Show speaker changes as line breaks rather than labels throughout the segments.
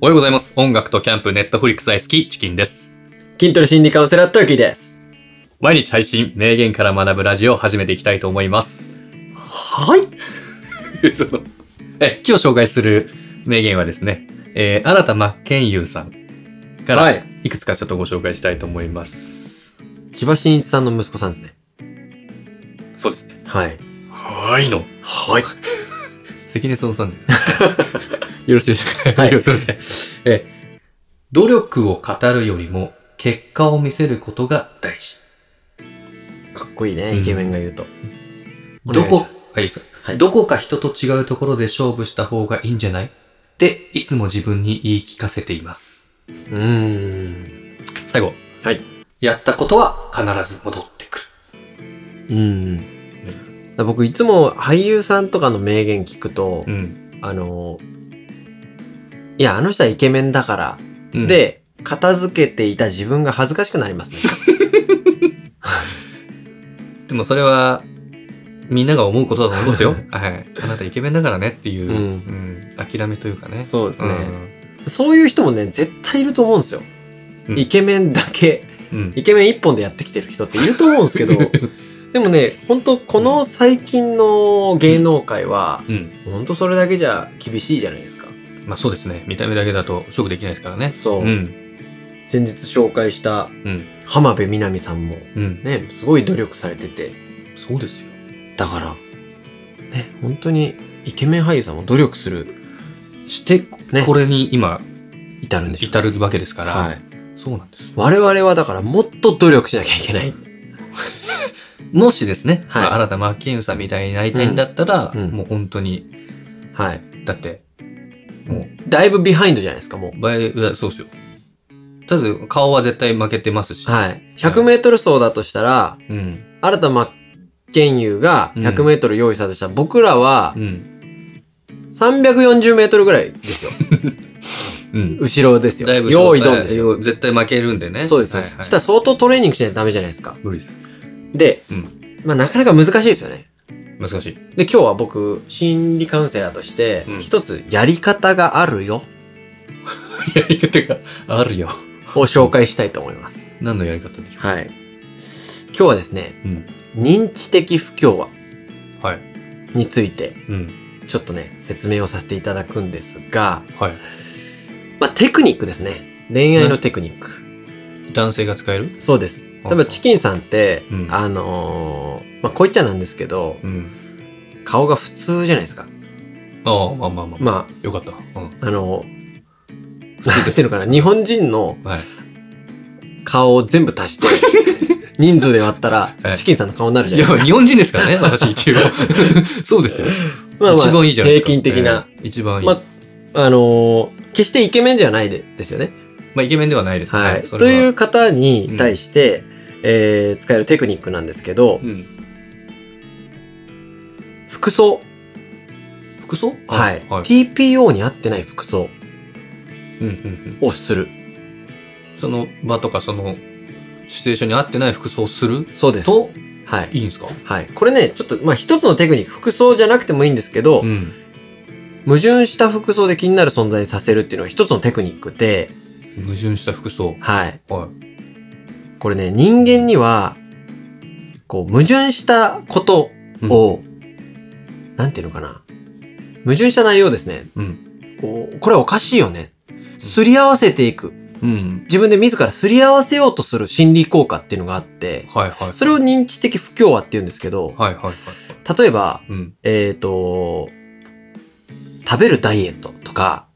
おはようございます。音楽とキャンプ、ネットフリックス大好き、チキンです。
筋トレ心理カウンセラートーキーです。
毎日配信、名言から学ぶラジオを始めていきたいと思い ます。
はい。
そのえ今日紹介する名言はですね、えー、新田真剣佑さんか
は
ら、
い。
いくつかちょっとご紹介したいと思います。
千葉真一さんの息子さんですね。
そうですね。
はい。
はいの。
はい。
関根 総さん。よろしいですか
はい
それで。えー、努力を語るよりも、結果を見せることが大事。
かっこいい
うん
ね、イケメンが言うと。
ど
お
こ
願いします、
はい、いいですよ
はい
どこか人と違うところで勝負した方がいいんじゃないって、いつも自分に言い聞かせています。
うーん。
最後。
はい。
やったことは必ず戻ってくる。
うん。だから僕いつも俳優さんとかの名言聞くと、
ん。
あの、いや、あの人はイケメンだから、
うん、
で、片付けていた自分が恥ずかしくなりますね。
でもそれは、みんなが思うことだと思います よ。はい。あなたイケメンだからねっていう、
うん
うん諦めというかね。
そうですね
ん
そういう人もね、絶対いると思うんですよ。
うん
イケメンだけ、
うん。
イケメン一本でやってきてる人っていると思うんで すけど、でもね、本当この最近の芸能界は、
うん。
本当それだけじゃ厳しいじゃないですか。
まあそうですね。見た目だけだと勝負できないですからね。
そう。
うん。
先日紹介した
うん。
浜辺美波さんも、
うん。
ね、すごい努力されてて、
そうですよ。
だから、ね、本当にイケメン俳優さんも努力する、
して、
ね
これに今、
至るんでしょうね
至るわけですから。
はい。
そうなんですよ。
我々はだからもっと努力しなきゃいけない。
もしですね、
はい
まあ、あなたマッキンユさんみたいになりたいんだったら、
うんうん
もう本当に、
はい。
だって、も
だいぶビハインドじゃないですか、もう
う、。倍、いやそうですよ。とりあえず、顔は絶対負けてますし。
はい。100メートル走だとしたら、
うん。
新田真剣佑が100メートル用意したとしたら、僕らは
うん。
340メートルぐら いですよ。
うん。
後ろですよ。
だいぶ
用意ドンですよ。
よ。絶対負けるんでね。
そうです。そう
はい
で
はい
すそしたら相当トレーニングしないとダメじゃないですか。
無理です。
で、
うん。
まあなかなか難しいですよね。
難しい。
で、今日は僕、心理カウンセラーとして
うん、
一つやり方があるよ
やり方があるよ。
を紹介したいと思います。
何のやり方でしょ
はい。今日はですね、
う。うん。
認知的不協和
はい。
について、
うん。
ちょっとね、説明をさせていただくんですが、
はい。
まあ、テクニックですね。恋愛のテクニック。
男性が使える
そうです。
あ
例えば、チキンさんって、
うん
あのーまあ、こういっちゃなんですけど、
うん。
顔が普通じゃないですか。
ああ、まあまあまあ。
ま
よかった。うん。
あ、あのー、なんていうのかな、日本人の
はい。
顔を全部足して、 人数で割ったら
は、い
チキンさんの顔になるじ
い
ゃない
や
です、か。
日本人ですからね、私一 応。そうですよ。
まあまあ
一番いいじゃないですか。
平均的な。
えー一番いい。
ま
ま
あ、あのー決してイケメンじゃないでですよね。
あ、イケメンではないですね。
はい。
そ
と
れは
いう方に対して、えー使えるテクニックなんですけど、
うん。
服装。
服装
はい。
はい。
TPO に合ってない服装
うんうん
をする。
うん。その場とか、その、シチュエーションに合ってない服装をする
そうです。
と、
はい。
いいんですか
はい。これね、ちょっと、まあ、一つのテクニック、服装じゃなくてもいいんですけど、
ん。
矛盾した服装で気になる存在にさせるっていうのは一つのテクニックで、
矛盾した服装。
はい。
は
これね、人間には、こう、矛盾したことを、なんていうのかな。矛盾した内容ですね。
い。うん。
こうこれおかしいよね。すり合わせていく。
うん。
自分で自らすり合わせようとする心理効果っていうのがあって、
はいはい。
それを認知的不協和って言うんですけど、
はいはいはい。
例えば、
うん。
えっ、と、食べるダイエットとか、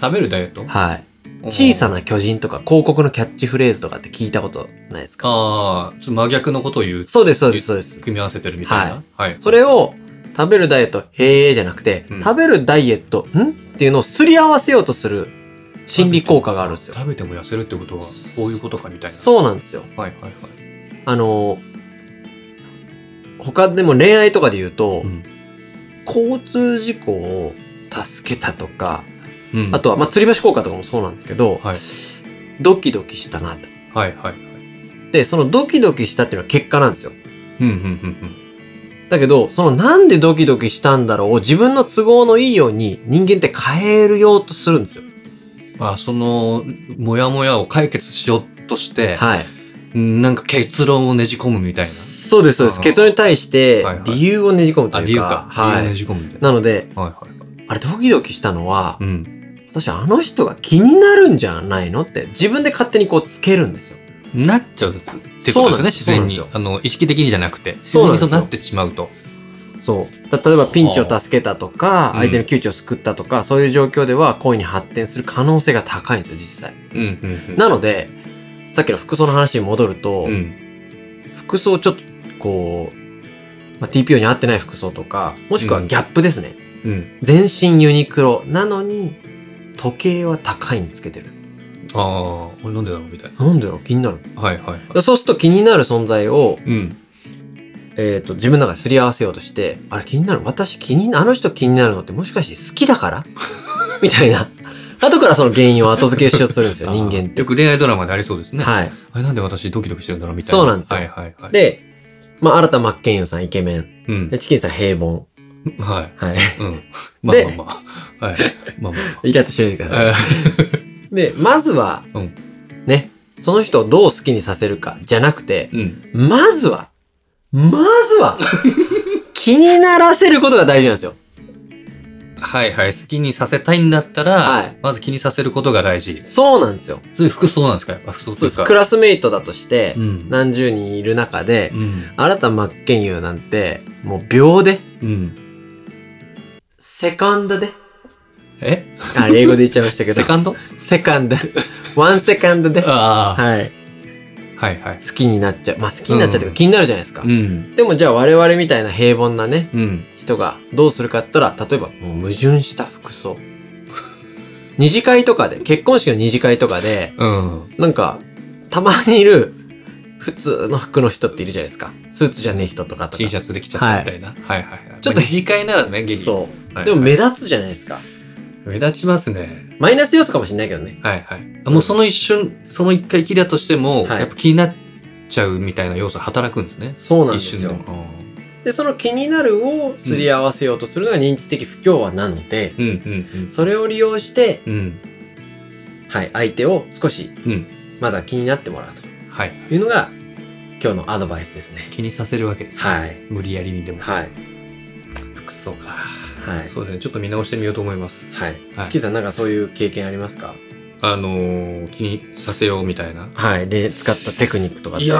食べるダイエット
はい。小さ
な。
な巨人とか広告のキャッチフレーズとかって聞いたことないですか
ああ、ちょっと真逆のことを言う。
そうです、そうです、そうです。
組み合わせてるみたいな。はい。
それ
を、
を、食べるダイエット、へーじゃなくて、
うん
食べるダイエット、んっていうのをすり合わせようとする心理効果があるんですよ。
食べても痩せるってことは、こういうことかみたいな。
そうなんですよ。
う。はいはいはい。
あの、他でも恋愛とかで言うと、
うん
交通事故を助けたとか、
うん
あとは、まあ、吊り橋効果とかもそうなんですけど、
はい
ドキドキしたなと。
はいはいはい。
で、そのドキドキしたっていうのは結果なんですよ。
うんうんうん
だけど、そのなんでドキドキしたんだろうを自分の都合のいいように人間って変えるようとするんですよ。
うん。まあ、その、モヤモヤを解決しようとして、
はい。
うんなんか結論をねじ込むみたいな。
そうです、そうで
あ
す。
ー
結論に対して
はいはい、
理由をねじ込むと
あ、理
い
由
う
か
か。。
理由を
は
ね
い。
じ込むみたいな。
なので、
はいはい。
あれドキドキしたのは、
うん。
私あの人が気になるんじゃないのって、自分で勝手にこうつけるんですよ。
なっちゃうってことですよね、自
そう
然
なんです
に
よ。
あの、意識的にじゃなくて、自
そう
然
なん
に
です
そ
よ
うなってしまうと。
そう。だ例えばピンチを助けたとか
あ、
相手の窮地を救ったとか、そういう状況では恋に発展する可能性が高いんですよ、実際。
うんうんうん。
なので、さっきの服装の話に戻ると、
うん。
服装ちょっと、こう、まあ、TPO に合ってない服装とか、もしくはギャップですね。
うん。
全身ユニクロなのに、時計は高いにつけてる。
ああ、俺なんでだろうみたい
なんだろう気になる。
な。はいはいはい。
だそうすると気になる存在を、
うん。
えっ、と、自分の中ですり合わせようとして、あれ気になる私気にな、あの人気になるのってもしかして好きだから みたいな。後からその原因を後付けしようとするんですよ、人間 っ
あー
て
よ。く恋愛ドラマでありそうですね。い。
はい。
あれなんで私ドキドキしてるんだろうみたいな。
そうなんですよ
はいはいはい。、
で、まあ、新田真剣佑さんイケメン。
うん
で。チキンさん平凡。
はい。
はい。
うん。まあ
で
まあまあ。はい。まあまあま
イラッとしないでくだ
あ
さい。。で、まずは、
う
ね、その人をどう好きにさせるかじゃなくて
え、ーうん。
まずは、まず は、気にならせることが大事なんですよ。
はいはい。好きにさせたいんだったら、
はい
まず気にさせることが大事。
そうなんですよ。
そういう服装なんですかやっぱ服装と
そ
いううか。
クラスメイトだとして、
うん。
何十人いる中で
う、ん。
新田真剣佑なんて、もう秒で、
うん。
セカンドで、
え
あ、英語で言っちゃいましたけ ど
セ、カンド
セカンド、ワンセカンドで、
あ
はい、
あ。はいはい。
好きになっちゃう。まあ好きになっちゃうという
うん
か気になるじゃないですか
う。ん。
でもじゃあ我々みたいな平凡なね、
うん。
人がどうするかって言ったら、例えばもう矛盾した服装。二次会とかで、結婚式の二次会とかで、
うん。
なんか、たまにいる、普通の服の人っているじゃないですか。スーツじゃねえ人とかと
T
か。
シャツできちゃったみたいな。はい、はい、はいはい
ちょっと
まあ二次会ならね、劇
そ
は
う。
い
でも目立つじゃないですか。
目立ちますね。
マイナス要素かもしれないけどね。
はいはい。もうその一瞬、その一回きりだとしても、
はい
やっぱ気になっちゃうみたいな要素働くんですね。
そうなんで
一
す
瞬
よ
で。も。
で、その気になるをすり合わせようとするのが認知的不協和なので、
うんうん
それを利用して、
うん。うん。
はい、相手を少し、
うん
まずは気になってもらうと
はい。
いうのが、今日のアドバイスですね。
気にさせるわけです、ね。
はい。
無理やりにでも。
はい。
服装か。
はい。
そうですね。ちょっと見直してみようと思います。
はい。
はい
月さん、なんかそういう経験ありますか
あのー、気にさせようみたいな。
はい。で、使ったテクニックとかって。
いや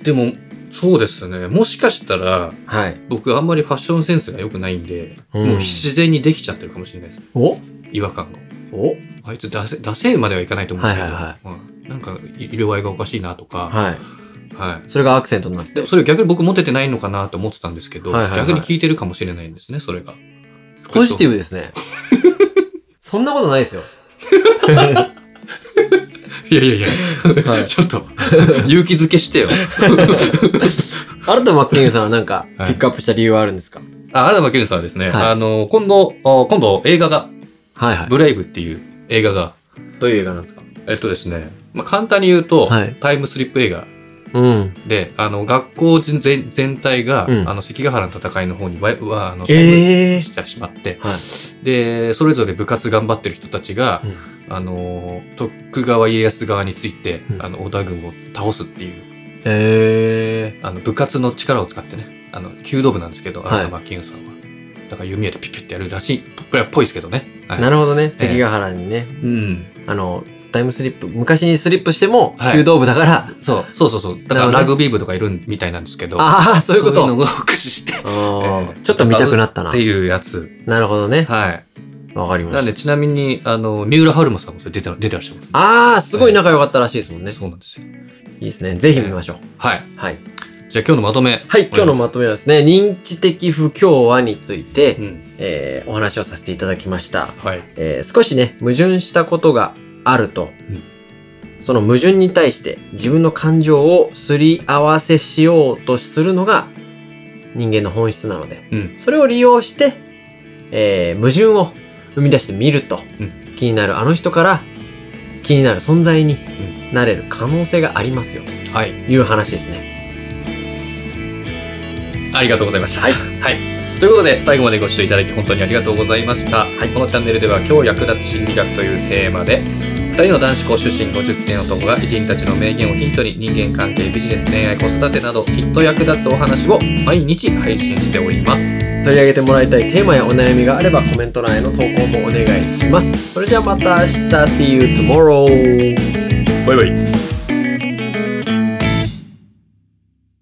ー、でも、そうですね。もしかしたら、
はい。
僕あんまりファッションセンスが良くないんで、
うん
もう自然にできちゃってるかもしれないです。
お
違和感が。
お
あいつ出せ、出せまではいかないと思うんですけど、
はいは
うんなんか色合いがおかしいなとか、
はい。
はい。
それがアクセントになって。
でもそれ逆に僕モテてないのかなと思ってたんですけど、
はいはいはい
逆に聞いてるかもしれないんですね、それが。
ポジティ
ブ
ブですね。そんなことないですよ。
いやいやいや、
はい
ちょっ と、勇気づけしてよ。
新田真ッケンさんはなんか、
はい
ピックアップした理由はあるんですか
あ、新田真剣さんはですね、
はい
あの、今度、あ今度映画が、
はいは
ブレイブっていう映画が、
い。どういう映画なんですか
えっとですね、まあ、簡単に言うと、
はい
タイムスリップ映画
うん。
で、あの、学校全全全体が、
うん
あの、関ヶ原の戦いの方にわ、わあの、
ええー。
してしまって、
はい。
で、それぞれ部活頑張ってる人たちが、
うん
あの、徳川家康側について、
うん
あの、織田軍を倒すっていう、
ええ
あの、部活の力を使ってね、あの、弓道部なんですけど、
はい
あの、マッキングさんは。だから弓矢でピュッピュッってやるらしい、ぷっぽいですけどね。はい、
なるほどね。関ヶ原にね、
うん。
あの、タイムスリップ、昔にスリップしても、
はい
弓道部だから、
そう、そうそうそう。だから
なるほどね
ラグビー部とかいるみたいなんですけど、
ああ、そういうこと。
のを駆使して、
あー
ええ
ちょっと見たくなったな
って。いうやつ。
なるほどね。
はい。
わかりました。
なんで、ちなみに、あの、三浦春馬さんもそれ出てら出てらっしゃいます、ね。
ああ、すごい仲良かったらしいですもんね。
そうなんですよ。
いいですね。ぜひ見ましょう。
はい。
はい。
じゃあ今日のまとめ。
はい、今日のまとめはですね、認知的不協和について、
うん。
えーお話をさせていただきました。
はい。
えー少しね、矛盾したことがあると、
ん
その矛盾に対して自分の感情をすり合わせしようとするのが人間の本質なので、
うん
それを利用して、えー矛盾を生み出してみると、
うん
気になるあの人から気になる存在になれる可能性がありますよ
はい。
という話ですね。
ありがとうございました。
はい
はい。ということで、最後までご視聴いただき本当にありがとうございました。はい、このチャンネルでは、今日役立つ心理学というテーマで、人の男子校出身50点男が偉人たちの名言をヒントに人間関係ビジネス恋愛子育てなどきっと役立つお話を毎日配信しております
取り上げてもらいたいテーマやお悩みがあればコメント欄への投稿もお願いしますそれじゃあまた明日 See you tomorrow!
バイバイ